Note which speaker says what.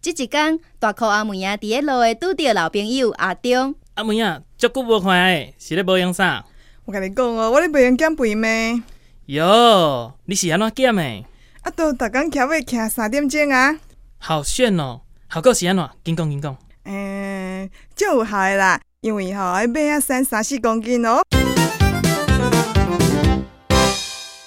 Speaker 1: 即一天，大箍阿梅啊，伫咧路诶拄着老朋友阿中。
Speaker 2: 阿妹啊，足久无看诶，是咧无用啥？
Speaker 3: 我甲你讲哦，我咧袂用减肥咩？
Speaker 2: 哟，你是安怎减诶？
Speaker 3: 啊，都逐工徛尾徛三点钟啊。
Speaker 2: 好炫哦！效果是安怎？紧讲紧讲。
Speaker 3: 诶、欸，足有效诶啦，因为吼、哦，要买啊瘦三四公斤哦。